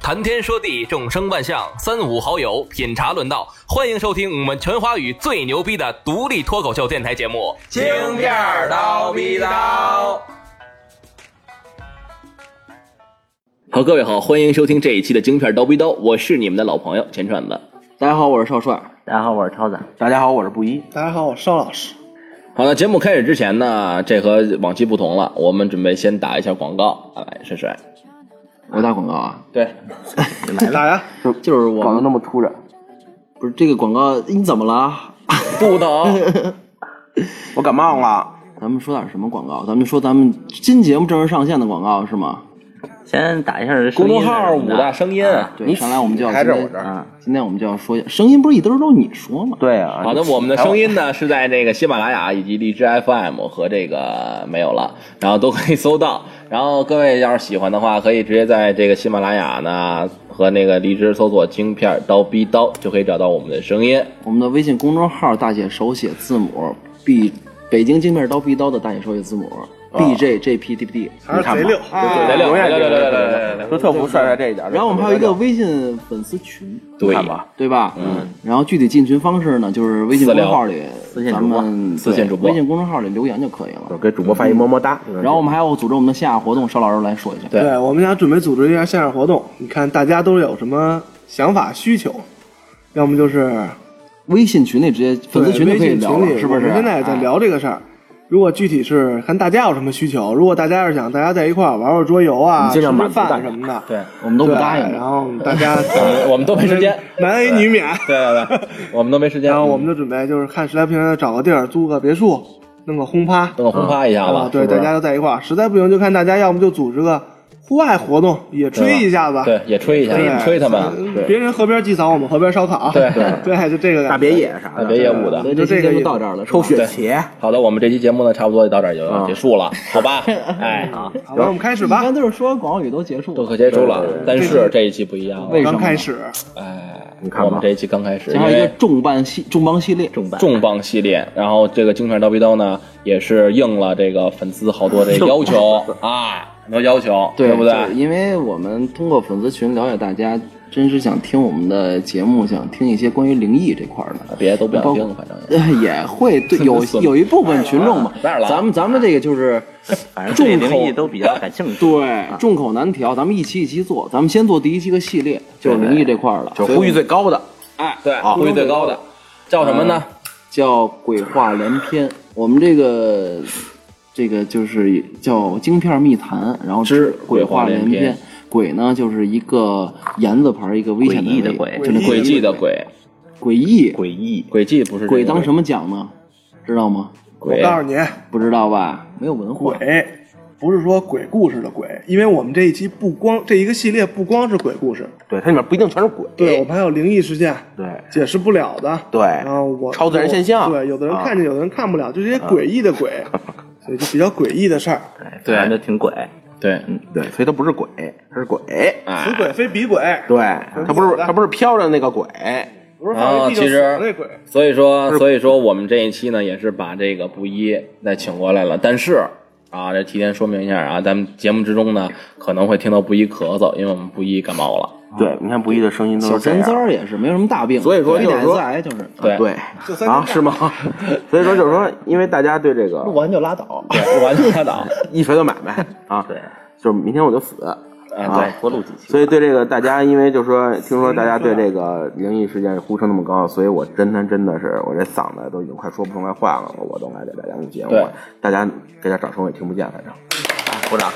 谈天说地，众生万象，三五好友品茶论道，欢迎收听我们全华语最牛逼的独立脱口秀电台节目。京片儿叨逼叨。好，各位好，欢迎收听这一期的京片叨逼叨，我是你们的老朋友钱串子。大家好，我是少帅。大家好，我是超子。大家好，我是布衣。大家好，哦我是邵老师。好了，节目开始之前呢，这和往期不同了，我们准备先打一下广告。哎来，试试。我打广告啊，对，打呀！就就是我搞得们那么突然，不是这个广告，你怎么了？不 能。我感冒了。咱们说点什么广告？咱们说咱们新节目正式上线的广告是吗？先打一下公声音众是号什五么的大啊声音。对，上来我们就要还今是我天这儿？啊，今天我们就要说一下，声音不是一直都你说吗？对啊，好的，我们的声音呢是在这个喜马拉雅以及荔枝 FM 和这个没有了，然后都可以搜到。然后各位要是喜欢的话，可以直接在这个喜马拉雅呢和那个荔枝搜索“京片儿刀逼刀”，就可以找到我们的声音。我们的微信公众号大写手写字母 B，北京京片刀逼刀的大写手写字母 B J J P D P D。啊还是贼溜，啊啊对来聊永远来聊对来聊对来对对说特服帅帅这一点。然后我们还有一个微信粉丝群，对，看吧对吧？嗯。然后具体进群方式呢，就是微信公众号里，私聊咱们私信主播私信主播对微信公众号里留言就可以了。我给主播发一么么哒。然后我们还要组织我们的线下活动，邵老师来说一下。对对，我们想准备组织一下线上活动，你看大家都有什么想法需求，要么就是微信群里直接粉丝群就对微可以信聊群了，里，是不我是？们现在在哎聊这个事儿。如果具体是看大家有什么需求，如果大家要是想大家在一块儿玩玩桌游啊、你吃尽量吃满足大饭家什么的，对，我们都不对答应然了。后大家嗯我们都没时 间。男 A 女免。对对对，我们都没时间。然后我们就准备就是看实在不行找个地儿租个别墅，弄个轰趴，等我轰趴一下啊，吧。对，是不大是家都在一块儿，实在不行就看大家要么就组织个户外活动，也吹一下子，对，也吹一下，对吹他们。嗯别人河边祭扫，我们河边烧烤，对对，就这个大感觉别野啥特的，别业务的所。以这期就这节个意目思到这儿了，抽是吧雪茄，好的，我们这期节目呢，差不多就到这儿就要结束了，好吧？哎，好，那我们开始一吧般，都是说完广告语都结束都快了。结束了，但是这一期不一样了。为什刚么？开始，哎，你看吧我们这一期刚开始，因想要一个为重磅系重磅系列，重磅重磅系列，然后这个《精选刀逼刀》呢，也是应了这个粉丝好多这个要求啊，很多要求，对不就是因为我们通过粉丝群了解大家，真是想听我们的节目，想听一些关于灵异这块儿的。别都不想包听括了，反正也呃， 也会对有损有一部分群众嘛，当然了咱们咱们这个就是反正对重灵口异都比较感兴趣。对众口难调，咱们一期一期做，咱们先做第一期个系列，就是灵异这块儿的，就呼吁最高的。哎，对，呼吁最高的叫什么呢？叫鬼话连篇。我们这个这个就是叫京片密谈，然后之鬼鬼话话连连篇篇。鬼呢，就是一个言字旁，一个危险诡异的鬼，鬼就那对诡计的鬼， 诡异诡异，诡计不是鬼当什么么讲呢？知道吗？我鬼？告诉你，不知道吧？没有文化。鬼不是说鬼故事的鬼，因为我们这一期不光这一个系列不光是鬼故事，对，它里面不一定全是鬼。对我们还有灵异事件，对解释不了的，对然后我超自然现象我对，有的人啊看见，有的人看不了，就这些诡异的鬼，所以就比较诡异的事儿，对反正就挺鬼。对，嗯对，所以它不是鬼，它是鬼。哎此鬼非彼鬼，对，它不是它不是飘着那个鬼，不是放啊在地上其实死的那鬼，所以说，所以说我们这一期呢，也是把这个布衣再请过来了。但是啊，这提前说明一下啊，咱们节目之中呢，可能会听到布衣咳嗽，因为我们布衣感冒了。对，你看不易的声音都小是嗯这神滋样。儿也是没有什么大病，所以说一就是点说自 癌就是对，对就三啊，天是吗？所以说就是说，因为大家对这个完就拉倒。对，完全拉倒。一锤子买卖啊，对，就是明天我就死啊，对，多录几期。所以对这个大家，因为就说听说大家对这个灵异事件呼声那么高，所以我真的真的是我这嗓子都已经快说不出来话了，我都来给大家录节目对，大家给点掌声我也听不见，反正。鼓掌。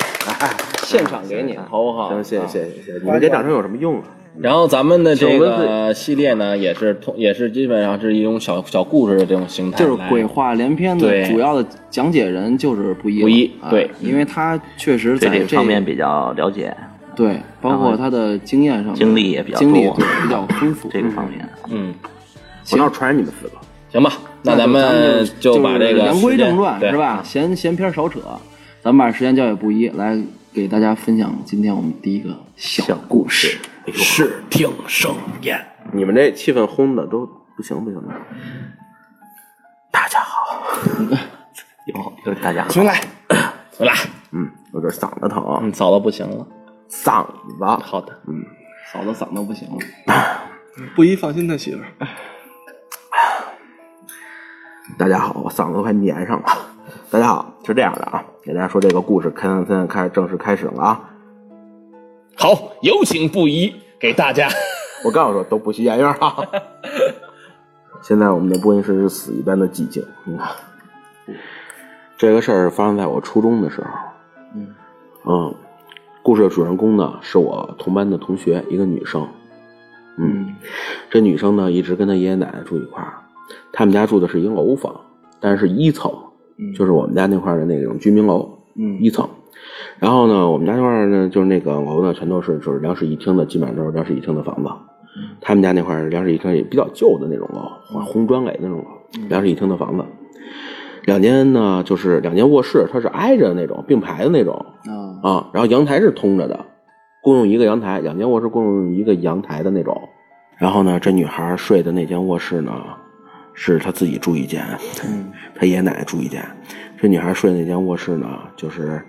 现场给你，好不好？行，谢谢谢谢谢谢，你们给掌声有什么用啊？然后咱们的这请问个系列呢，也是通，也是基本上是一种小小故事的这种形态来，就是鬼话连篇对的主要的讲解人就是不一了不一啊对因为他确实在对这这个方面比较了解，对，包括他的经验上面经历也比较多经历对比较丰富。这个方面。嗯，我要传染你们四个，行吧，那咱们就把这是个言归时间正传，对是？吧？闲闲篇少扯，咱们把时间交给不一来给大家分享今天我们第一个小故事。视听盛宴，你们这气氛烘的都不行不行的。大家好， 有有大家好，重来，来，嗯，我这嗓子疼，嗯，早了不行了。嗓子好的，嗯，吵得嗓子不行了。不宜放心的媳妇儿，大家好，我嗓子都快粘上了。大家好，是这样的啊，给大家说这个故事，看看现在开始正式开始了啊。好，有请布衣给大家。我告诉说，都不许演员啊。 现在我们的播音室是死一般的寂静。你看，这个事儿发生在我初中的时候。嗯，故事的主人公呢是我同班的同学，一个女生。嗯，这女生呢一直跟她爷爷奶奶住一块儿，他们家住的是一个楼房，但是一层，就是我们家那块儿的那种居民楼，嗯一层。然后呢，我们家那块儿呢，就是那个楼呢，全都是就是两室一厅的，基本上都是两室一厅的房子。他们家那块儿两室一厅也比较旧的那种楼，红砖垒那种楼，两室一厅的房子。两间呢，就是两间卧室，它是挨着那种并排的那种啊，啊，然后阳台是通着的，共用一个阳台，两间卧室共用一个阳台的那种。然后呢，这女孩睡的那间卧室呢，是她自己住一间，嗯她爷爷奶奶住一间。这女孩睡的那间卧室呢，就是，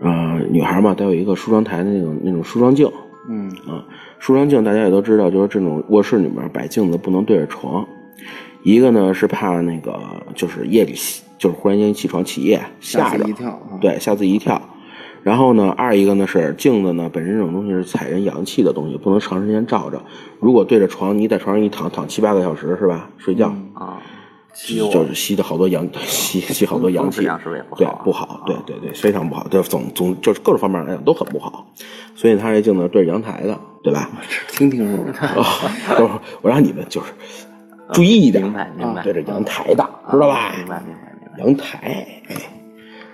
呃，女孩嘛，她有一个梳妆台的那种那种梳妆镜，嗯啊，梳妆镜大家也都知道，就是这种卧室里面摆镜子不能对着床，一个呢是怕那个就是夜里起就是忽然间起床起夜吓吓着自己一，跳啊！，对，吓自己一跳。然后呢，二一个呢是镜子呢，本身这种东西是采人阳气的东西，不能长时间照着。如果对着床，你在床上一躺躺七八个小时是吧？睡觉、啊，就就是吸的好多阳， 吸吸好多阳风质气，量是不是也不好对啊？，不好，对对对，非常不好，对，总总就是各种方面来哎讲都很不好。所以他这镜子对着阳台的，对吧？听听说 说，啊，都是我让你们就是注意一点，啊明白明白嗯对着阳台的，知道吧？啊明白明白明白。阳台，哎，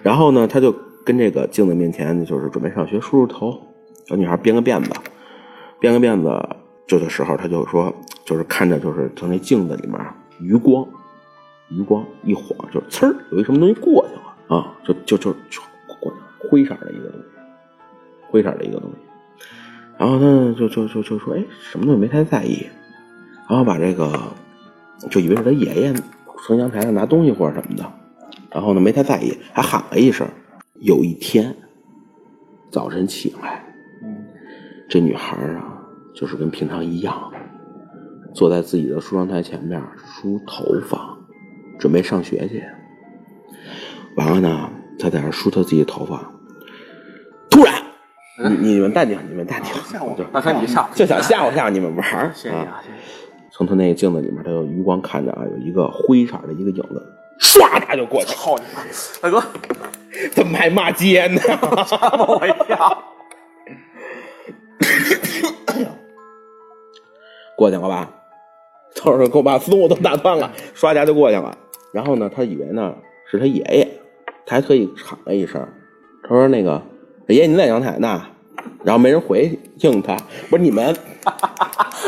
然后呢，他就跟这个镜子面前就是准备上学梳梳头，小女孩编个辫子，编个辫子，这个时候他就说，就是看着就是从那镜子里面余光，余光一晃就呲儿有一什么东西过去了啊，就就就就过去了灰色的一个东西，灰色的一个东西，然后他呢就就就就说，哎，什么东西没太在意，然后把这个就以为是他爷爷从阳台上拿东西或者什么的，然后呢没太在意，还喊了一声。有一天早晨起来，这女孩啊，就是跟平常一样，坐在自己的梳妆台前面梳头发，准备上学去。完了呢，她在那儿梳她自己的头发，突然， 你你们淡定，你们淡定，啊吓我，大川，你上就想吓唬吓唬你们玩儿。谢谢啊啊，谢谢。从他那个镜子里面，他有余光看着啊，有一个灰色的一个影子，唰，他就过去了。操你妈！大哥，怎么还骂街呢？吓我一跳！ 过去了吧？到时候给我把松我都打断了，刷牙就过去了。然后呢，他以为呢是他爷爷，他还特意喊了一声，他说那个爷爷您在阳台呢。然后没人回应他，不是你们，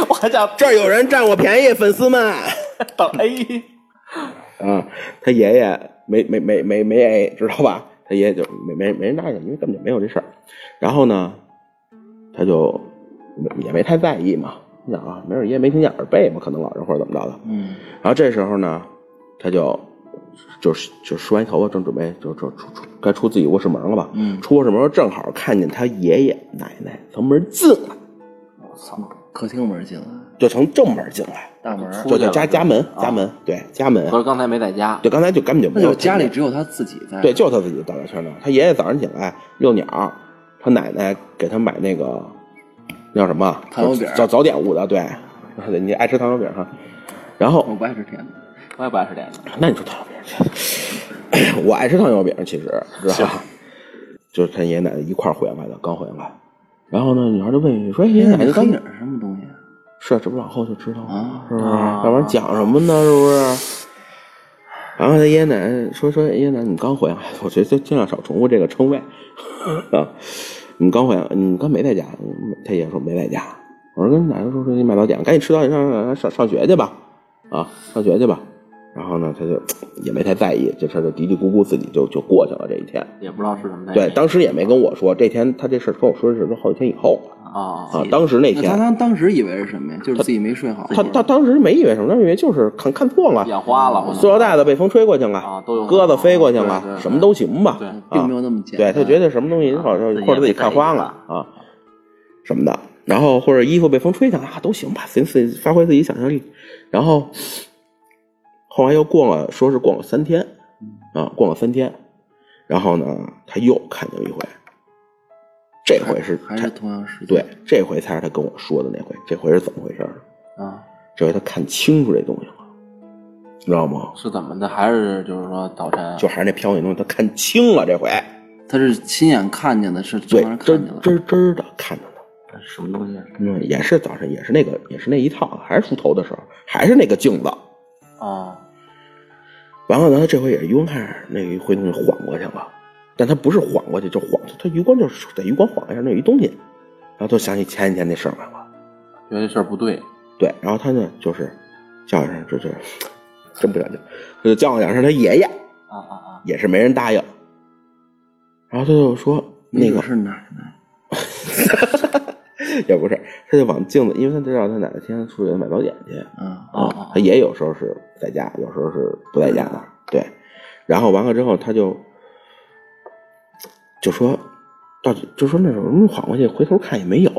我还想这儿有人占我便宜，粉丝们。等 A，哎 啊，他爷爷没没没没没 A，知道吧？他爷爷就没没没人搭理，因为根本就没有这事儿。然后呢，他就没也没太在意嘛，你想啊，没准爷爷没听见耳背嘛，可能老人或者怎么着的。嗯，然后这时候呢，他就就就梳完头发，正准备就就出出该出自己卧室门了吧？嗯出卧室门正好看见他爷爷奶奶从门进来，客厅门进来，就从正门进来，大门儿，就就家家门家门对家门，是刚才没在家，对刚才就根本就啊那没就有是家听见里只有他自己在。对，，就他自己打在圈呢。他爷爷早上起来遛鸟，他奶奶给他买那个那叫什么糖油饼早早点捂的，对， 你爱吃糖油饼哈。然后我不爱吃甜的，我也不爱吃点那你说糖油饼去，我爱吃 糖油饼，其实知道吧？ 就是他爷爷奶奶一块儿回来的，刚回来。然后呢，女孩就问你说：“哎爷爷奶奶黑刚影儿是什么东西啊？是，这不往后就知道了，啊是不是？要不然讲什么呢？是不是？然后他爷爷奶奶说说爷爷奶奶，你刚回来，我觉得就尽量少重复这个称 谓啊。你刚回来，你刚没在家，他爷爷说没在家。我说跟奶奶说说你买早点，赶紧吃早点上上上上学去吧，啊，上学去吧。然后呢，他就也没太在意这事儿，就嘀嘀咕咕自己就就过去了这一天。也不知道是什么代对，言。当时也没跟我说，这天他这事儿跟我说是好几天以后了啊啊。当时那那他天。当当时以为是什么呀？就是自己没睡好。他他当时没以为什么，他以为就是看看错了，眼花了，我塑料袋子被风吹过去了，啊都有鸽子飞过去对对了，对什么都行吧？对啊嗯并没有那么简对单。他觉得什么东西好像自己也或者自己不在看意花了了啊什么的。然后或者衣服被风吹上啊都行吧，自己自己发挥自己想象力。然后后来又逛了，说是逛了三天，嗯啊，逛了三天，然后呢，他又看见一回，这回是还他是同样时间对，这回才是他跟我说的那回，这回是怎么回事儿？啊，这回他看清楚这东西了，你知道吗？是怎么的？还是就是说早晨就还是那飘逸东西，他看清了这回，他是亲眼看见的，是从对哪儿，看真见的？真真的看着呢。什么东西啊嗯，也是早晨，也是那个，也是那一趟，还是梳头的时候，还是那个镜子。啊？完了呢，他这回也是余光看着那个灰东西晃过去了，但他不是晃过去，就晃，他余光就是在余光晃一下，那有一东西，然后就想起前几天那事儿来了。觉得这事儿不对，对，然后他呢就是叫一声，这这真不讲究，他就叫了两声他爷爷，啊啊啊！也是没人答应。然后他就说那那个是哪儿呢？也不是，他就往镜子，因为他知道他奶奶天天出去买保险去，嗯，啊，他爷爷有时候是在家，有时候是不在家的，对。然后完了之后，他就就说，到底就说那种嗯缓过去回头看也没有。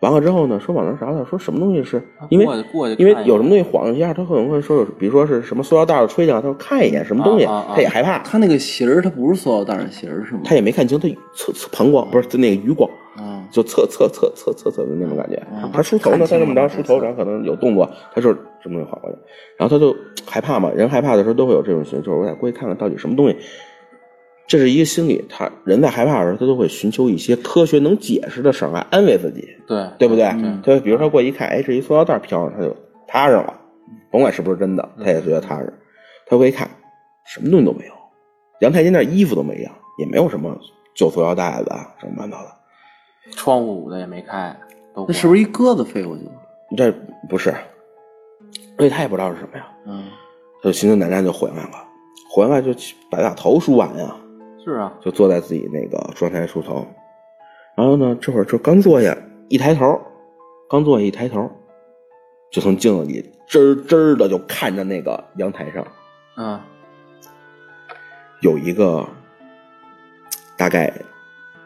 完了之后呢，说往那啥的，说什么东西是因为啊过去过去因为看一有什么眼东西晃一下，他可能会说有，比如说是什么塑料袋儿吹进来，他说看一眼什么东西，啊啊啊他也害怕，他那个形儿，他不是塑料袋儿的形儿是吗？他也没看清，他侧侧膀胱不是就那个余光，啊，就侧侧侧侧侧侧的那种感觉。嗯他梳头呢，看他清这么了着这梳次头，然后可能有动作，他就是这么缓过去，然后他就害怕嘛，人害怕的时候都会有这种情绪，就是我想过去看看到底什么东西。这是一个心理，他人在害怕的时候，他都会寻求一些科学能解释的事儿来安慰自己，对对不对？嗯对，比如说过去一看，哎，是一塑料袋飘上，他就踏实了，甭管是不是真的，嗯他也觉得踏实。他过去一看，什么东西都没有，阳台间那衣服都没晾，也没有什么旧塑料袋子啊，什么乱七八糟的。窗户捂的也没开，都那是不是是一鸽子飞过去了？这不是，所以他也不知道是什么呀，嗯，他就心惊胆战就回来了，回来就去把俩头梳完呀，是啊？就坐在自己那个窗台梳头，然后呢，这会儿就刚坐下，一抬头，刚坐下一抬头，就从镜子里吱儿吱儿的就看着那个阳台上嗯，有一个大概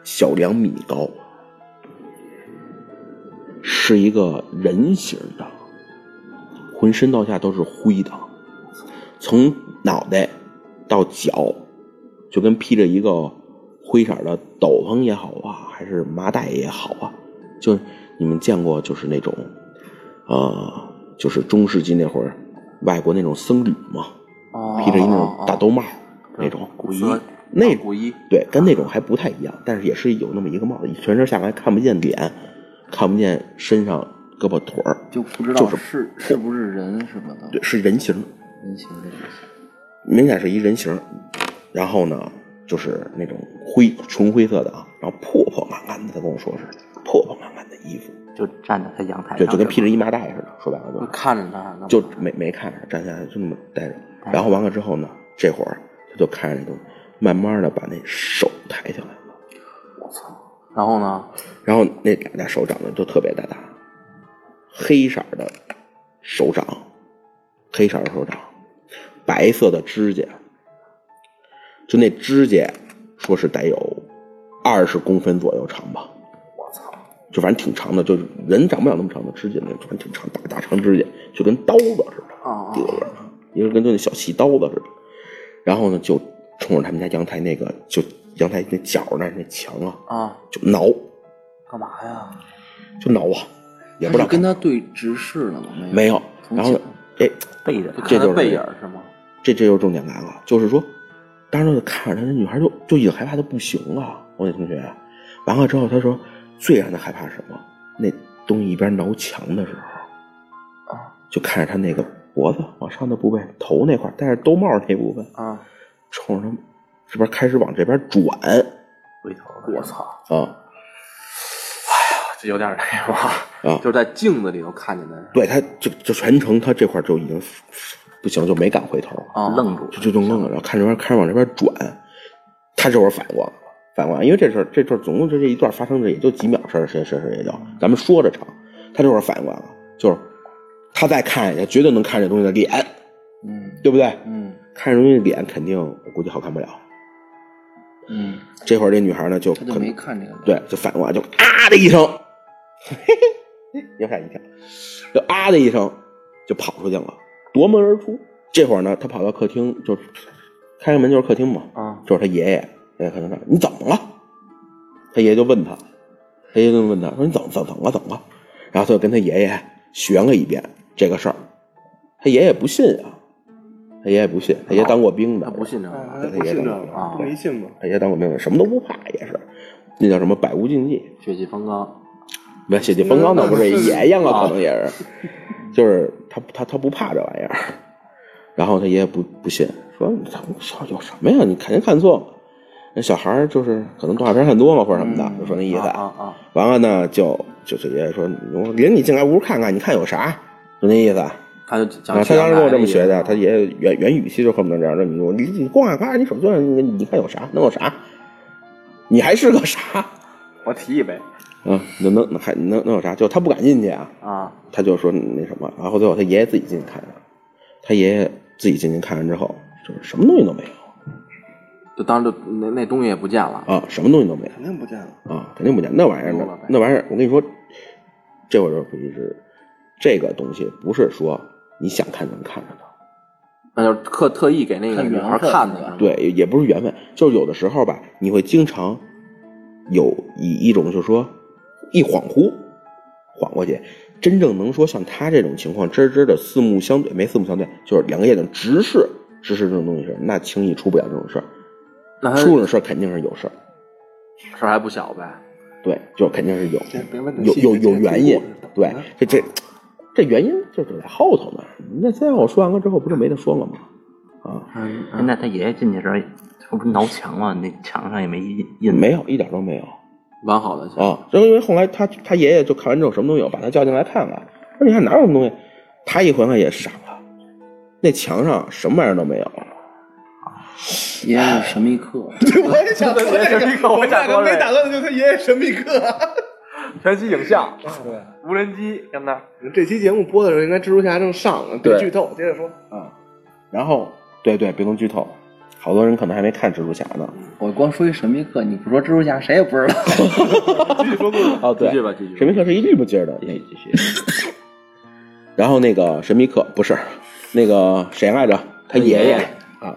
小两米高，是一个人形的，浑身到下都是灰的，啊从脑袋到脚，就跟披着一个灰色的斗篷也好啊，还是麻袋也好啊，就你们见过就是那种，呃，就是中世纪那会儿外国那种僧侣嘛，哦披着一那种大兜帽、那种啊古衣衣，啊那古衣对，跟那种还不太一样，但是也是有那么一个帽子，全身下来看不见脸，看不见身上、胳膊、腿儿，就不知道就是是是不是人什么的对，是人形，人形的东西。明显是一人形。然后呢，就是那种灰纯灰色的啊，然后破破烂烂的，他跟我说是破破烂烂的衣服，就站在他阳台上，嗯对，就跟披着一麻袋似的。说白了就是看着他，那就没没看着，站下来就那么待着。啊然后完了之后呢，这会儿他就看着那东西，慢慢的把那手抬起来了。然后呢？然后那俩俩手掌呢都特别大大，黑色儿的手掌，黑色儿的手掌，白色的指甲，就那指甲，说是得有二十公分左右长吧。我操！就反正挺长的，就是人长不了那么长的指甲，那反正挺长，大大长指甲，就跟刀子似的。啊得了，一个跟那小细刀子似的。然后呢，就冲着他们家阳台那个，就阳台那角儿那儿那墙啊，啊啊！就挠，干嘛呀？就挠啊，也不他是知道跟他对直视了吗？没有。有。然后呢，哎，背着他，这就看是他背影儿是吗？这这就是重点来了，就是说，当时就看着他，那女孩就就已经害怕的不行了。我那同学，完了之后，他说最让他害怕是什么？那东西一边挠墙的时候，啊就看着他那个脖子往上的部位，头那块儿，戴着兜帽那部分，啊！冲着他这边开始往这边转回头了，我操！啊这有点那什么，啊！就是在镜子里头看见的人对，他就就全程他这块儿就已经不行，就没敢回头。啊，愣住了，哦就就就愣了，然后看这边开始往这边转，他这会儿反过来了，反过来，因为这事儿这事儿总共就这一段发生的也就几秒事儿，事儿事儿事儿也就咱们说着长，他这会儿反过来了，就是他再看一下，绝对能看这东西的脸，嗯对不对？嗯看这东西的脸肯定我估计好看不了。嗯，这会儿这女孩呢就他就可没看这个。对，就反过来就啊的一声，又吓一跳，就啊的一声就跑出去了，夺门而出。这会儿呢，他跑到客厅，就开开门就是客厅嘛，啊，就是他爷爷在客厅上，你怎么了？他爷爷就问他，他爷爷就问他说你怎么怎么怎么了怎么了？然后他就跟他爷爷悬了一遍这个事儿，他爷爷不信啊，他爷爷不信，他爷爷当过兵的，他不信这个哎啊，嗯不信这个，没信嘛。他爷爷当过兵的，什么都不怕，也是那叫什么百无禁忌，血气方刚，不血气方刚嗯的不是爷爷嘛，可能也啊是，就是他他他不怕这玩意儿，然后他爷爷不不信，说你操有什么呀？你肯定看错了。那小孩儿就是可能动画片看多了或者什么的，就说那意思。啊啊完了呢，就就就爷爷说，我领你进来屋看看，你看有啥？就那意思。啊，他就然后讲他当时跟我这么学的，起哎他爷爷原原语气就恨不得这样，说你我你你光看夸你手绢，你你看有啥？能有啥？你还是个啥？我提一杯嗯，能能还能能有啥？就他不敢进去啊，啊，他就说那什么，然后最后他爷爷自己进去看的，他爷爷自己进去看完之后，就是什么东西都没有就当时就那那东西也不见了，啊，什么东西都没肯定不见了，有啊，肯定不见那玩意儿丢了呢呗，那玩意儿我跟你说，这会儿就是一直，这个东西不是说你想看能看着的，那就是特特意给那个看女缘孩分看是吧的，对，也不是缘分，就是有的时候吧，你会经常有以一种就是说一恍惚晃过去。真正能说像他这种情况，真真的四目相对，没四目相对，就是两个眼睛直视直视这种东西时，那轻易出不了这种事儿。哎那他出了事儿肯定是有事儿，事儿还不小呗，对，就肯定是有这别问他有细节有有这原因故事怎，么对了，这这这原因就是在后头呢。那现在我说完了之后，不就没得说了吗？啊，嗯，哎那他爷爷进去的时候，他不挠墙 吗？那墙上也没印印没有，一点都没有完好的去啊。就因为后来他他爷爷就看完之后什么都没有，把他叫进来看看，说你看哪有什么东西？他一回看也傻了，那墙上什么玩意儿都没有。爷爷是神秘客，对，我也想说这神秘个，客我我们也两想个说没这个打算就他爷爷神秘客。 全息影像，无人机跟那儿这期节目播的时候，应该蜘蛛侠正上呢，别对剧透，接着说。然后，对对，别跟剧透，好多人可能还没看蜘蛛侠呢。我光说一神秘客，你不说蜘蛛侠，谁也不知道。 哦，对继，续吧，继续吧。神秘客是一律不接的，那继续，然后那个神秘客不是那个谁来着？他爷爷啊，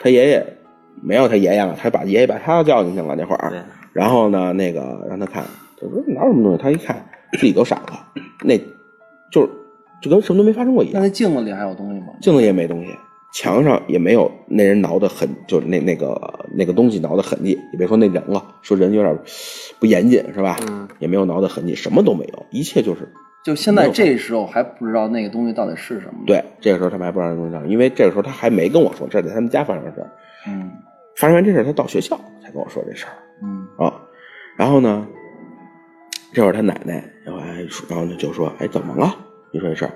他爷爷没有他爷爷了，他把爷爷把他叫进去了那会对儿。然后呢，那个让他看，他说哪有什么东西？他一看自己都傻了，那就是就跟什么都没发生过一那样，那镜子里还有东西吗？镜子也没东西，墙上也没有那人挠的痕，就是那那个那个东西挠的痕迹。也别说那人了，说人有点不严谨是吧？嗯，也没有挠的痕迹，什么都没有，一切就是就现在这时候还不知道那个东西到底是什么。，对，这个时候他们还不让东西上，因为这个时候他还没跟我说这是在他们家发生的事儿。嗯发生完这事儿，他到学校才跟我说这事儿嗯，啊。然后呢，这会儿他奶奶，然后哎，然后就说：“哎，怎么了？”你说这事儿。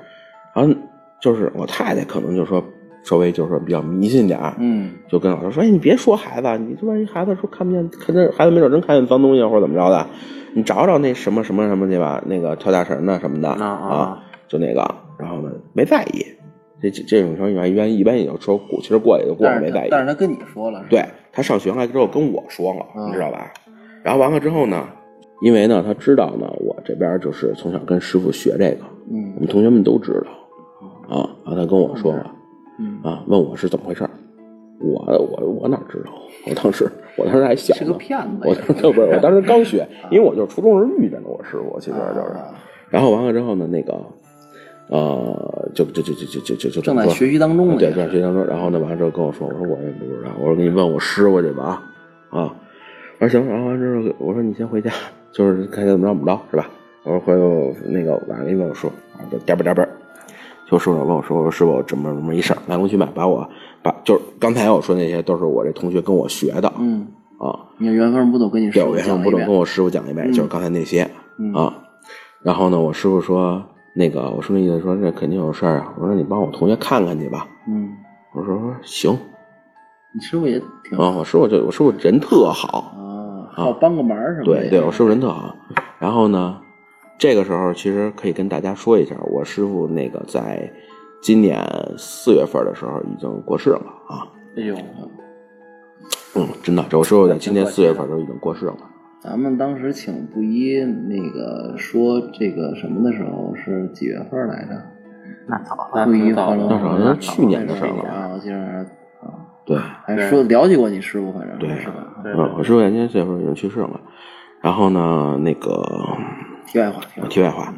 然后就是我太太可能就说稍微就是说比较迷信点儿，啊嗯，就跟老师说：“哎，你别说孩子，你这万一孩子说看不见，看这孩子没准真看见脏东西或者怎么着的，你找找那什么什么什么去吧，那个跳大神的什么的啊啊啊，就那个。”然后呢，没在意。这这这种情况一般一般也就说过，其实过也就过，但没是在他意。但是他跟你说了，，对他上学来之后跟我说了，嗯你知道吧？然后完了之后呢，因为呢他知道呢，我这边就是从小跟师傅学这个，我嗯们同学们都知道啊。然后他跟我说了哦嗯，啊，问我是怎么回事儿我我我哪知道？我当时我当时还小是个呢，骗子。我当时不是我当时刚学，因为我就是初中时候遇见的我师傅，其实就是。啊然后完了之后呢，那个呃，就就就就就就就就正在学习当中呢，对，在学当中，然后呢，完了之后跟我说，我说我也不知道，我说给你问我师傅去吧，啊，我说行，然后完之后我说你先回家，就是看怎么着怎么着是吧？我说回头那个晚上给你问我叔，啊，就颠吧颠吧，就师傅问我说，我说师傅我怎么怎么一事儿，来龙去脉把我把就是刚才我说那些都是我这同学跟我学的，嗯，啊，你看缘分不懂，跟你对，说我原讲上了不一懂遍跟我师傅讲了一遍，就是刚才那些、嗯啊。然后呢，我师傅说那个，我说那意思说这肯定有事儿啊。我说你帮我同学看看去吧。嗯，我说行你师傅也挺啊，我师傅就我师傅人特好，啊，好帮个忙什么的对也。对，我师傅人特好。然后呢，这个时候其实可以跟大家说一下，我师傅那个在今年四月份的时候已经过世了啊。哎呦，嗯，真的，这我师傅在今年四月份的时候已经过世了。咱们当时请布衣那个说这个什么的时候是几月份来着？那早布衣早发了，那是好像是去年的事儿了啊，我记得对，还说了解过你师傅，反正对是吧？对嗯，我师傅原先这会儿已经去世了。然后呢，那个嗯题外话，题外话题外话，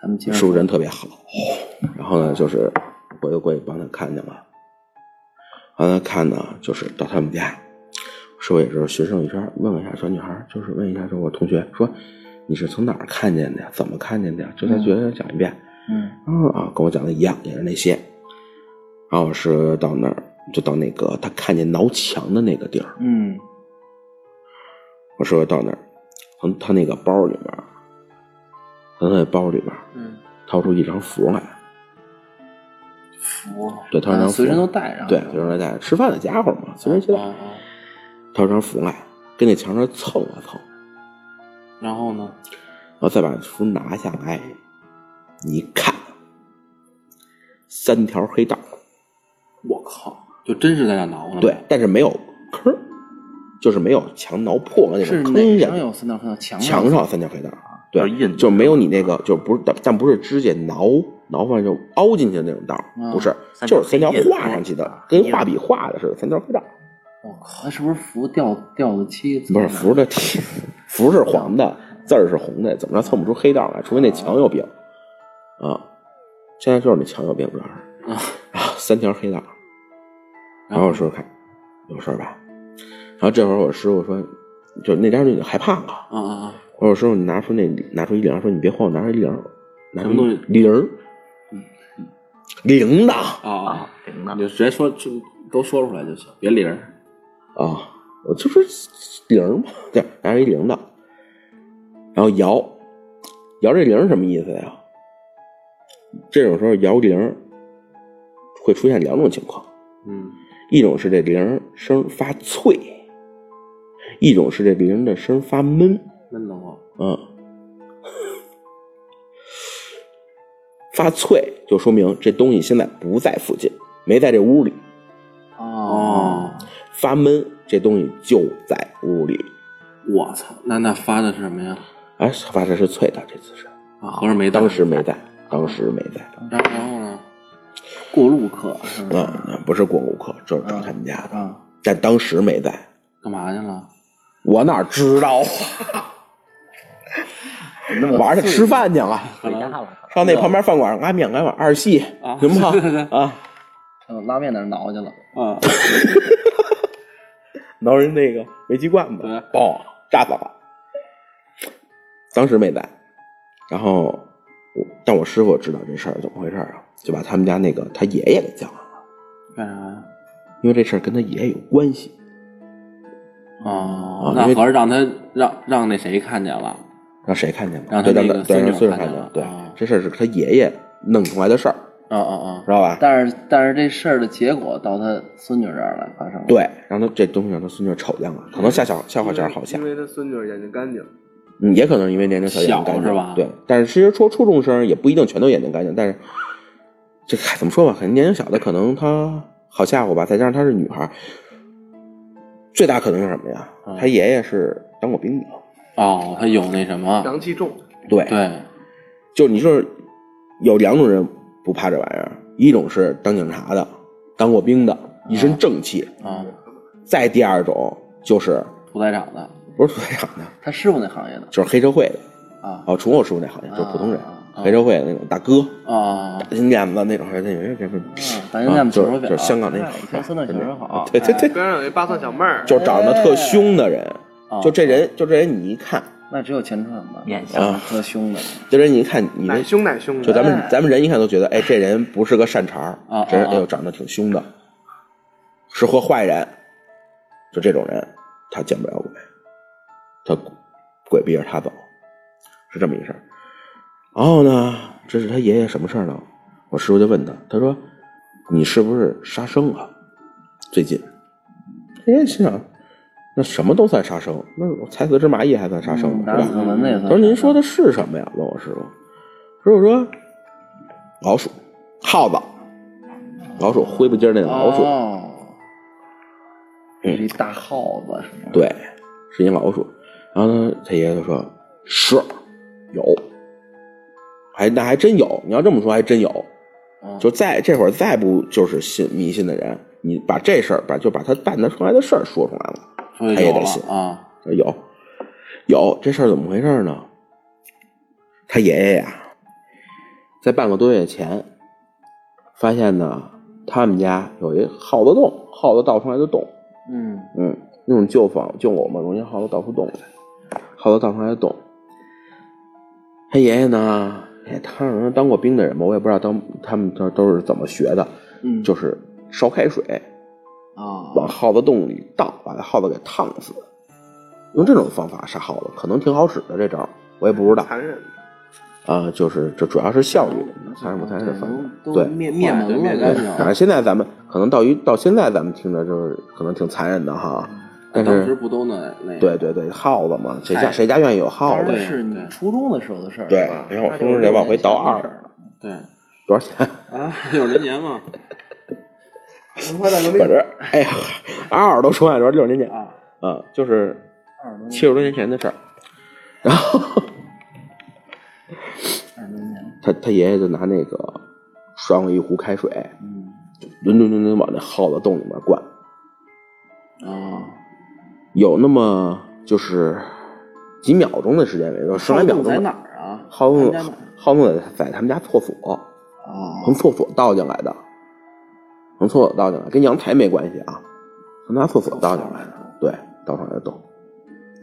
咱们接着师傅人特别好。然后呢，就是我又过去帮他看去了。帮他看呢，就是到他们家，师傅也是学生一圈，问问一下小女孩，就是问一下，说我同学说你是从哪儿看见的呀？怎么看见的呀？就他觉得讲一遍。嗯嗯啊，跟我讲的一样，也是那些。然后是到那儿，就到那个他看见挠墙的那个地儿，嗯我说到那儿，从他那个包里边儿，从他那包里边儿嗯，掏出一张符来，服，对，掏出一啊呃张符，随身都带上，对，随身都带着，吃饭的家伙嘛，随身携带，哦哦掏出张符来，跟那墙上蹭了蹭，然后呢？然后再把符拿下来，你一看，三条黑道，我靠，就真是在那挠呢对，但是没有坑儿，就是没有墙挠破了那是种坑哪下上去。有三道痕？墙墙上有三角黑带，对，啊就是印子就没有你那个，就不是，但但不是指甲挠挠上就凹进去的那种道儿，啊不是，嗯三角就是三条黑印啊画上去的，跟画笔画的似的，三条黑带儿，我靠，是不是符掉掉的漆？不是符的体，符是黄的，嗯字儿是红的，怎么着蹭不出黑道儿来，除非那墙有病，啊，现在就是那墙有病，主要嗯是，然后三条黑道儿，然后我师傅看有事儿吧，然后这会儿我师傅说，就那家人就害怕了。啊嗯啊我说师傅，你拿出那拿出一零，说你别慌，我拿出一零，拿出什么东西嗯一零，零的啊、啊啊！啊，灵的你就直接说，就都说出来就行，别零。啊我就说零嘛，对，拿出一零的，然后摇，摇这零什么意思呀？这种时候摇零会出现两种情况，嗯，一种是这铃声发脆，一种是这铃的声发闷。真的慌，嗯，发脆就说明这东西现在不在附近，没在这屋里。啊！哦，发闷，这东西就在屋里。我操，那那发的是什么呀？哎，发这是脆的，这次是啊，合着没当时没在，当时没在。然后呢？过路客是不是？嗯，嗯不是过路客，就是找他们家的，啊，但当时没在，干嘛去了？我哪知道啊？晚上去吃饭去了，回家了，上那旁边饭馆拉面来碗二细，行吗？啊，上拉面那儿挠去了。挠人那个煤气罐子，嘣，炸死了。当时没在，然后我但我师傅知道这事儿怎么回事儿啊，就把他们家那个他爷爷给叫上了，干啥呀？因为这事儿跟他爷爷有关系哦，啊，那因合为着让他让让那谁看见了？让谁看见了？让他对对对那对个，孙让女孙女看看见见了了。对啊，这事儿是他爷爷弄出来的事儿，啊啊啊！知道吧？但是但是这事儿的结果到他孙女这儿了，发生了。，对，让他这东西让他孙女瞅见了，可能下小下话因钱为好下因，为他孙女儿眼睛干净，嗯，也可能是因为年龄小眼睛小干净是吧对，但是其实说初中生也不一定全都眼睛干净，但是这嗨怎么说吧，可能年龄小的可能她好吓唬吧，再加上她是女孩儿，最大可能是什么呀？她爷爷是当过兵的，哦，他有那什么？阳气重，对，对，就你说有两种人不怕这玩意儿，一种是当警察的，当过兵的，一身正气啊，再第二种就是屠宰场的，不是队长的，他师傅那行业的就是黑社会的，啊哦，除了我师傅那行业，就是普通人啊，啊黑社会的那种大哥。啊打心眼子那种，那人这不，打心眼子啊求就手是表就是香港那哎听孙子种小人好， 对对对，边上有一八蒜小妹儿，就是长得特凶的人，啊就这人，就这人你一看，那只有钱川吧，眼瞎长得特凶的就这人你一看，你奶这凶奶凶的，就咱们咱们人一看都觉得，哎，这人不是个善茬儿啊啊这人啊哎呦长得挺凶的，是个坏人，就这种人他见不了鬼，他鬼逼着他走，是这么一事儿。然后呢，这是他爷爷什么事儿呢？我师傅就问他，他说：“你是不是杀生啊？最近？”他爷爷心想：“那什么都算杀生，那我踩死只蚂蚁还算杀生嗯吗？打死是个吧？”蚊子也他算。说：“您说的是什么呀？”问我师傅。师傅说：“老鼠、耗子，老鼠灰不哦尖儿那老鼠。哦，这是一大耗子是吗？对，是一老鼠。然后呢，他爷爷就说是有，还那还真有。你要这么说，还真有。就再这会儿再不就是信迷信的人，你把这事儿把就把他办得出来的事儿说出来了，所以他也有得了信啊，说有有这事儿怎么回事呢？他爷爷呀，在半个多月前发现呢，他们家有一耗子洞，耗子倒出来的洞，嗯嗯，那种旧房旧楼嘛，容易耗子倒出洞来，耗子倒出来的洞。他爷爷呢，哎，他可能当过兵的人吧，我也不知道当他们都都是怎么学的，嗯就是烧开水啊，往耗子洞里倒，把那耗子给烫死，用这种方法杀耗子，可能挺好使的这招，我也不知道啊、残忍。就是这主要是效率，残忍不残忍的嗯反正都对都灭灭门对灭了，门都对，反正要。现在咱们可能到于到现在咱们听着就是可能挺残忍的哈，但当时是不都那那对对对，耗子嘛，谁家哎谁家愿意有耗当子然呀？是你初中的时候的事儿，对是吧，你看我初中得往回倒二，对多少钱？啊，六十年前嘛，反正哎呀，二二都说完，说六十年前啊，啊，就是二十多七十多年前的事儿。然后二十多年，他他爷爷就拿那个拴了一壶开水，嗯抡抡抡抡往那耗子洞里面灌， 啊，有那么就是几秒钟的时间，也就十来耗秒子钟吧。在哪儿啊？耗他子们家哪儿耗子在在他们家厕所，哦啊？从厕所倒进来的，从厕所倒进来，跟阳台没关系啊，从他厕所倒进来的，哦对，倒出来的洞，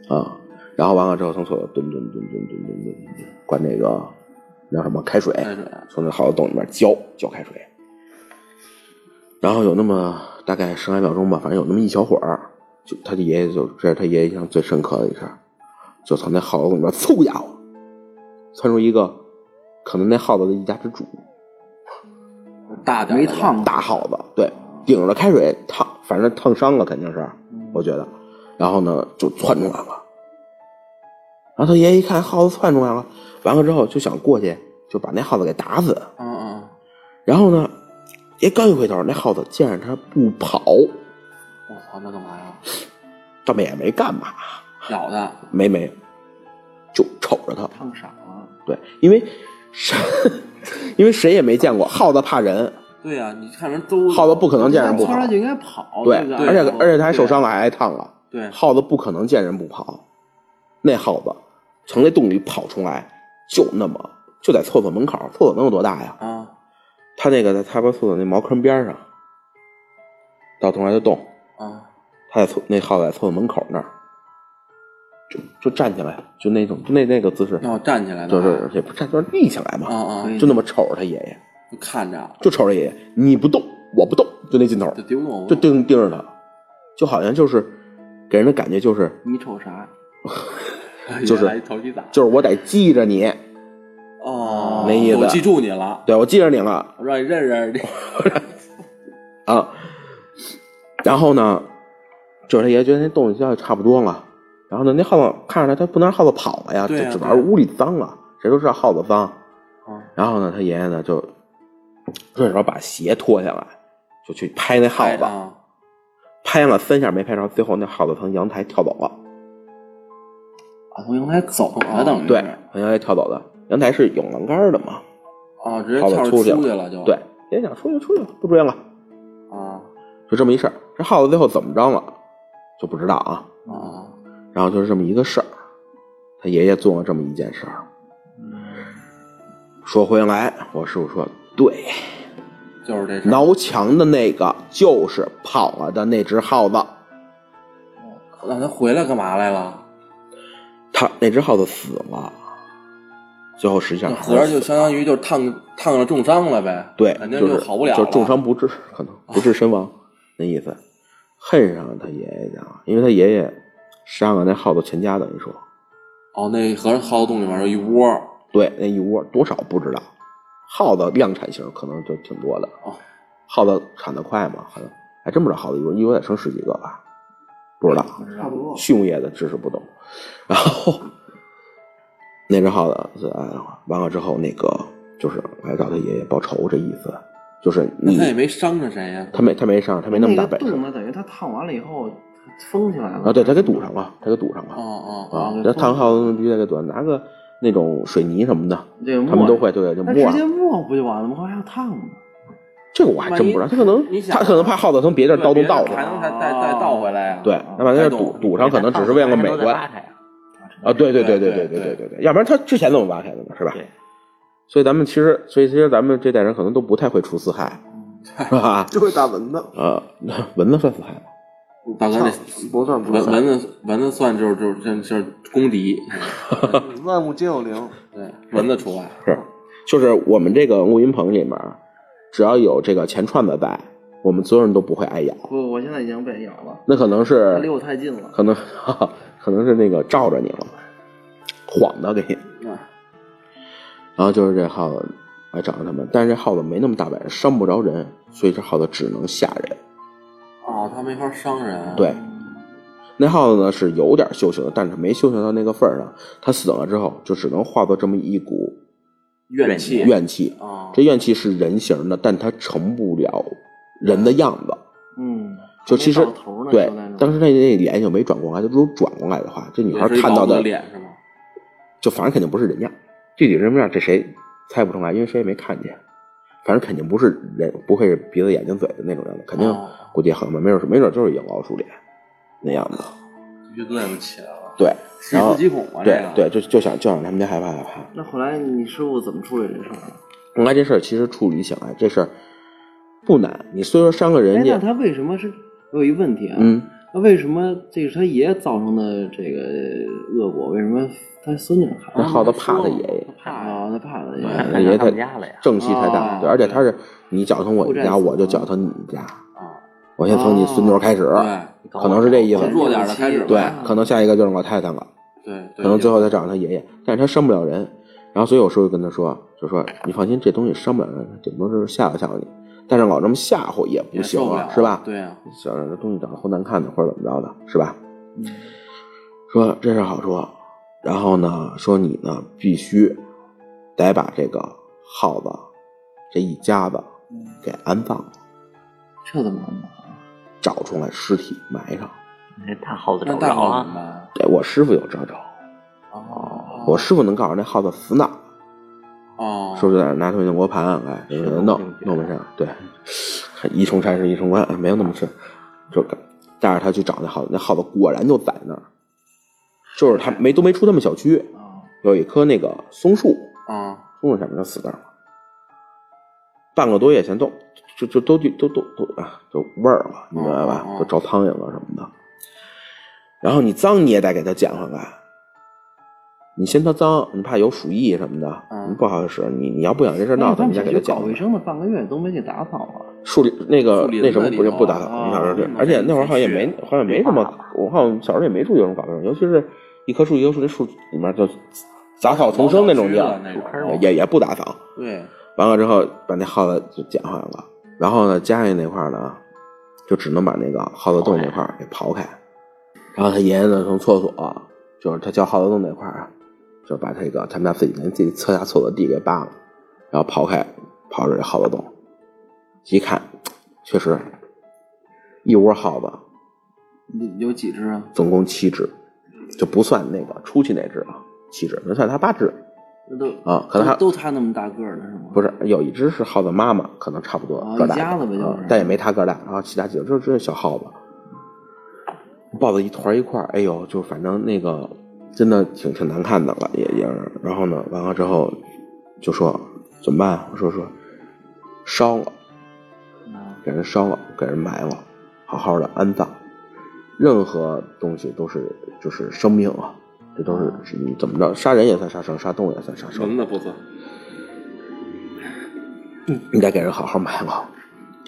啊、然后完了之后从厕所蹲蹲蹲蹲蹲蹲蹲蹲，灌那个那叫什么开水，开水啊从那耗子洞里面浇浇开水，然后有那么大概十来秒钟吧，反正有那么一小会儿，就他的爷爷就这是他爷爷印象最深刻的一事儿，就从那耗子洞里面嗖家伙窜出一个，可能那耗子的一家之主。大点儿没的吧烫大耗子，对，顶着开水烫，反正烫伤了肯定是，我觉得。然后呢，就窜出来了。然后他爷爷一看耗子窜出来了，完了之后就想过去就把那耗子给打死。嗯嗯然后呢，爷刚一回头，那耗子见着他不跑，嗯，我操，那干嘛呀？倒也没干嘛，咬的，没没，就瞅着他。烫傻了，对，因为谁， 因为谁也没见过耗子怕人，对呀，你看人都耗子不可能见人不窜跑出。来就应该跑，对不，哦而且对而且他还受伤了，还挨烫了。对耗子不可能见人不跑，那耗子从那洞里跑出来，就那么就在厕所门口，厕所能有多大呀？啊他那个在他把厕所那茅坑边上，到头来的洞，啊，他在厕那耗子在厕所门口那儿，就就站起来，就那种就那那个姿势，那我哦站起来了，就是而且不站就是立起来嘛，啊啊，就那么瞅着他爷爷，就看着，就瞅着爷爷，你不动我不动，就那劲头就，盯着我，就盯盯着他，就好像就是给人的感觉就是你瞅啥？就是来头皮咋？就是我得记着你，哦，那意思我记住你了，对我记着你了我让你认识你。啊。然后呢，就是他爷觉得那洞里消息差不多了，然后呢，那耗子看着他，他不能让耗子跑了呀，对呀啊这主对嗯要呀是屋里脏了，谁都知道耗子脏。然后呢，他爷爷呢就顺手把鞋脱下来，就去拍那耗太子，棒，拍了三下没拍着，最后那耗子从阳台跳走了。啊，从阳台走哦了，等于对嗯是，从阳台跳走的，阳台是有栏杆的嘛？啊，直接耗子跳着出去出去了了就，对，爷爷想出去出去，不追了。啊就这么一事儿。这耗子最后怎么着了，就不知道啊。啊，然后就是这么一个事儿，他爷爷做了这么一件事儿。嗯说回来，我师傅说，对，就是这事儿。挠墙的那个就是跑了的那只耗子，那他回来干嘛来了？他那只耗子死了，最后实际上那合着就死相当于就烫烫了重伤了呗，对，肯定就是好不了就了，是重伤不治，可能不治身亡、那意思。恨上他爷爷的啊，因为他爷爷杀了那耗子全家，等于说，哦，那合着耗子洞里面有一窝儿，对，那一窝多少不知道。耗子量产型可能就挺多的，哦耗子产得快嘛，好像还真不知道耗子一窝一窝得生十几个吧，不知道。差不多。畜牧业的知识不懂。然后那只耗子就哎完了之后，那个就是来找他爷爷报仇，这意思就是那你他也没伤着谁呀、他没他没上，他没那么大本个事洞。呢，等于他烫完了以后，他封起来了啊，对，他给堵上了，他给堵上了。哦哦啊，哦，那碳化合物必须得给堵，拿个那种水泥什么的，这个他们都会，对，就那抹直接上。抹不就完了吗？还要烫吗？这个我还真不知道，万一他可能你想他可能怕耗子从别的倒东倒对出别人还来，能再再再倒回来呀、啊对，他把那再堵堵上，可能只是为了美观啊。对对对对对对对对对，要不然他之前怎么挖开的呢？是吧？所以咱们其实，所以其实咱们这代人可能都不太会除四害，嗯 是吧？就会打蚊子，呃，蚊子算四害吗？大哥，不算那不蚊算，蚊子蚊子算就是就是就是就是公敌，万物皆有灵，对，蚊子除外。是，就是我们这个录音棚里面，只要有这个钱串子在，我们所有人都不会挨咬。不，我现在已经被咬了，那可能是它离我太近了。可能 可能是那个罩着你了，晃到给你。嗯然后就是这耗子来找他们，但是这耗子没那么大本事，伤不着人，所以这耗子只能吓人。哦，它没法伤人。，对，那耗子呢是有点修行的，但是没修行到那个份儿上。他死了之后，就只能化作这么一股怨气怨气。啊，这怨气是人形的，但它成不了人的样子。嗯，就其实还没到头呢对就那种，当时那那脸就没转过来，就如果转过来的话，这女也孩是一看到老虎的脸是吗？就反正肯定不是人样，具体什么样这谁猜不出来，因为谁也没看见。反正肯定不是人，不会是鼻子眼睛嘴的那种样子，肯定哦估计很没准没准就是一老鼠脸那样子。这疙瘩都起来了。对，细然后思极恐啊！对这对，个就就想就想他们家害怕害怕。那后来你师傅怎么处理这事儿？啊后来这事儿其实处理起来这事儿不难，你虽说伤个人哎，家那，他为什么是？我有一问题啊，嗯，那为什么这是他爷爷造成的这个恶果？为什么他孙女儿看啊那了？耗子怕他爷爷，哦啊，他怕了，哎爷他爷爷爷他他们家了呀正气太大，哦对，而且他是你搅疼我不家，战死我就啊搅疼你家，我先从你孙女儿开始，对可能是这意思从。弱点的开始吧。对，啊可能下一个就是我太太了，对可对，能最后再找上他爷爷，但是他伤不了人。然后所以有时候跟他说，就说你放心，这东西伤不了人，顶多就是吓唬吓唬你。但是老这么吓唬也不也行受不啊，了是吧？对啊，想让这东西长得齁难看的，或者怎么着的，是吧？嗯说这事儿好说，然后呢，说你呢必须得把这个耗子这一家子嗯给安放了，这怎么办呢？找出来尸体埋上。那大耗子找那不大着伙怎啊，么办？对我师傅有这招，哦我师傅能告诉那耗子死哪，哦，是不是？拿出一个罗盘来给它弄弄一下，啊对，一重山是一重关，哎没有那么深，就带着他去找那耗子，那耗子果然就在那儿，就是他没都没出他们小区，有一棵那个松树，嗯，松树上面就死那儿了。半个多月前都就就都都都都啊，就味儿了，你明白吧嗯嗯？嗯都招苍蝇了什么的。然后你脏你也得给它捡回来，你嫌它脏，你怕有鼠疫什么的，嗯你不好使。你你要不想这事儿闹他腾，们你先小区给它捡搞回卫来。生的半个月都没给打扫啊了，树林那个树林子那什么不里就头不打扫啊你小时候那对么，而且那会儿好像也没没好像没什么，我好像小时候也没注意有什么搞卫生，尤其是一棵树一棵树，那树里面就杂草丛生那种地老儿小区了那也种也也不打扫。对，完了之后把那耗子就捡回来了，然后呢，家里那块儿呢，就只能把那个耗子洞那块儿给刨开，然后他爷爷呢从厕所，就是他叫耗子洞那块儿啊，就把这个他们家自己连自己厕下厕所地给扒了，然后刨开刨出这耗子洞，一看，确实，一窝耗子，有有几只啊？总共七只，就不算那个出去那只了，七只，能算他八只那都啊，可能还都他那么大个儿的是吗？不是，有一只是耗子妈妈，可能差不多哦个儿大一点家子呗就是嗯但也没它个儿大。然后其他几个就是就是小耗子，抱在一团儿一块儿，哎呦，就反正那个真的挺挺难看的了，也也是。然后呢，完了之后就说怎么办？我说说烧了，给人烧了，给人埋了，好好的安葬。任何东西都是就是生命啊，这都是是你怎么着，杀人也算杀生，杀动物也算杀生蚊，子不算。你得给人好好埋了。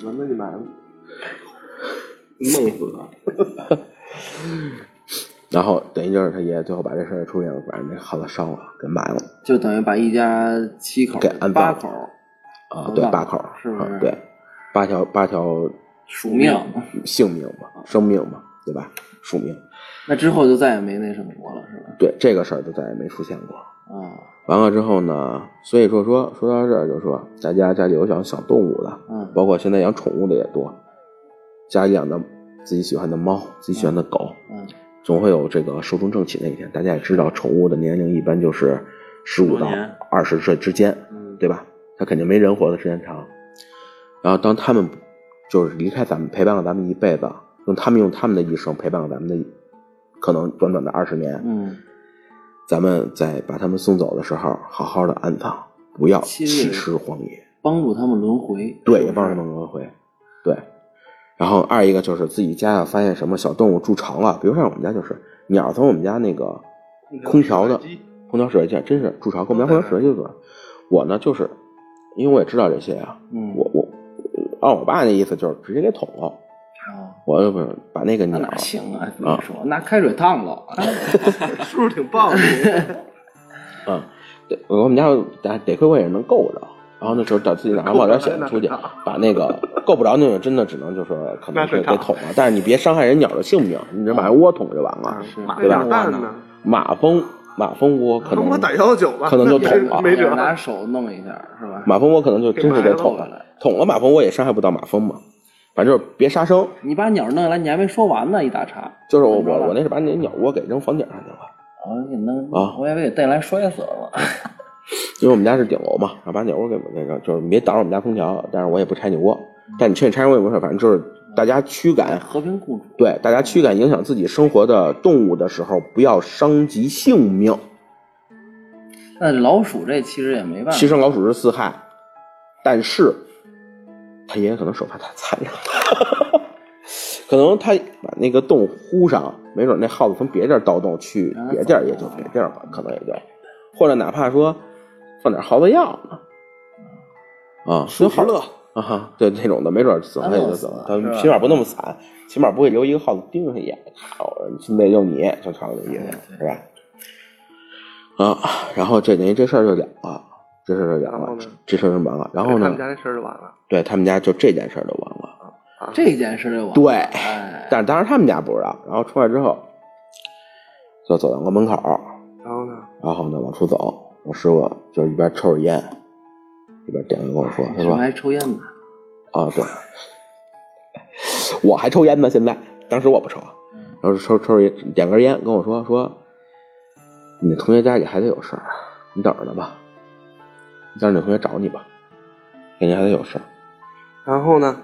蚊子你埋了， 然后等于就是他爷爷最后把这事儿处理了，把那耗子烧了，给埋了就等于把一家七口给安八葬口啊嗯，对，那八口儿是不是嗯对，八条八条署命，性命嘛，生命嘛，对吧？署名，那之后就再也没那什么过了是吧？对这个事儿就再也没出现过。啊，完了之后呢，所以说说说到这儿，就说大家家里有养小动物的，嗯包括现在养宠物的也多，家里养的自己喜欢的猫、自己喜欢的狗，嗯，总会有这个寿终正寝那一天。大家也知道，宠物的年龄一般就是十五多到年二十岁之间，嗯，对吧？它肯定没人活的时间长。然后当他们就是离开咱们，陪伴了咱们一辈子，用他们用他们的一生陪伴了咱们的，可能短短的二十年，嗯，咱们在把他们送走的时候，好好的安葬，不要其弃实尸荒野。帮助他们轮回。对，也帮助他们轮回。对，然后二一个就是自己家呀，发现什么小动物筑巢了，比如像我们家就是鸟，从我们家那个空调的空调室外机，真是筑巢，跟我们家空调室外机做。我呢，就是因为我也知道这些啊，嗯，我我我按我爸那意思就是直接给捅了，哦我就把那个那鸟哪行啊？你说拿开水烫了，啊叔叔挺棒的，嗯，对，我们家得得亏我也是能够着，然后那时候找自己哪上冒点险出去，把那个够不着那个真的只能就是可能是给捅了，但是你别伤害人鸟的性命，你这把窝捅就完嗯了。马那对吧鸟蜂窝蛋呢？呢？马蜂马蜂窝可那能我打幺幺九吧，可能就那也捅了没辙。拿手弄一下是吧？马蜂窝可能就真是给捅给埋了了，捅了马蜂窝也伤害不到马蜂嘛，反正就是别杀生，你把鸟弄来，你还没说完呢，一大茬。就是我怎么着我了我那是把你鸟窝给扔房顶上去了。哦，你弄啊哎我以为给带来摔死了。因为我们家是顶楼嘛，然后把鸟窝给那个，就是你别挡着我们家空调，但是我也不拆你窝，但你劝你拆我也没事，反正就是大家驱赶和平共处。对，大家驱赶影响自己生活的动物的时候，不要伤及性命。那老鼠这其实也没办法。牺牲老鼠是四害，但是他也可能手把他踩上 了，可能他把那个洞糊上，没准那耗子从别地儿盗洞去啊别地儿，也就别地儿吧，可能也就，或者哪怕说放点耗子药呢，啊，舒好乐啊哈，对那种的，没准死了也就死了，那就死了他是吧起码不那么惨，起码不会留一个耗子盯上一眼，好，现在就你，就差不多这意思，是吧？啊，然后这等于这事儿就了了，这事儿就然了后了呢，这事儿就完了。然后他呢们，家这事儿就完了。对他们家就这件事儿就完了。这件事哦就完了。对哎，但是当时他们家不知道。然后出来之后，就走到我门口，然后呢？然后呢往出走。我师傅就一边抽着烟，一边点头跟我说：“他是不说还抽烟呢？啊，对，我还抽烟呢，现在，当时我不抽，啊然后抽抽一点根烟，跟我说说，你同学家里还得有事儿，啊你等着他吧，让你同学找你吧，人家还得有事儿，然后呢？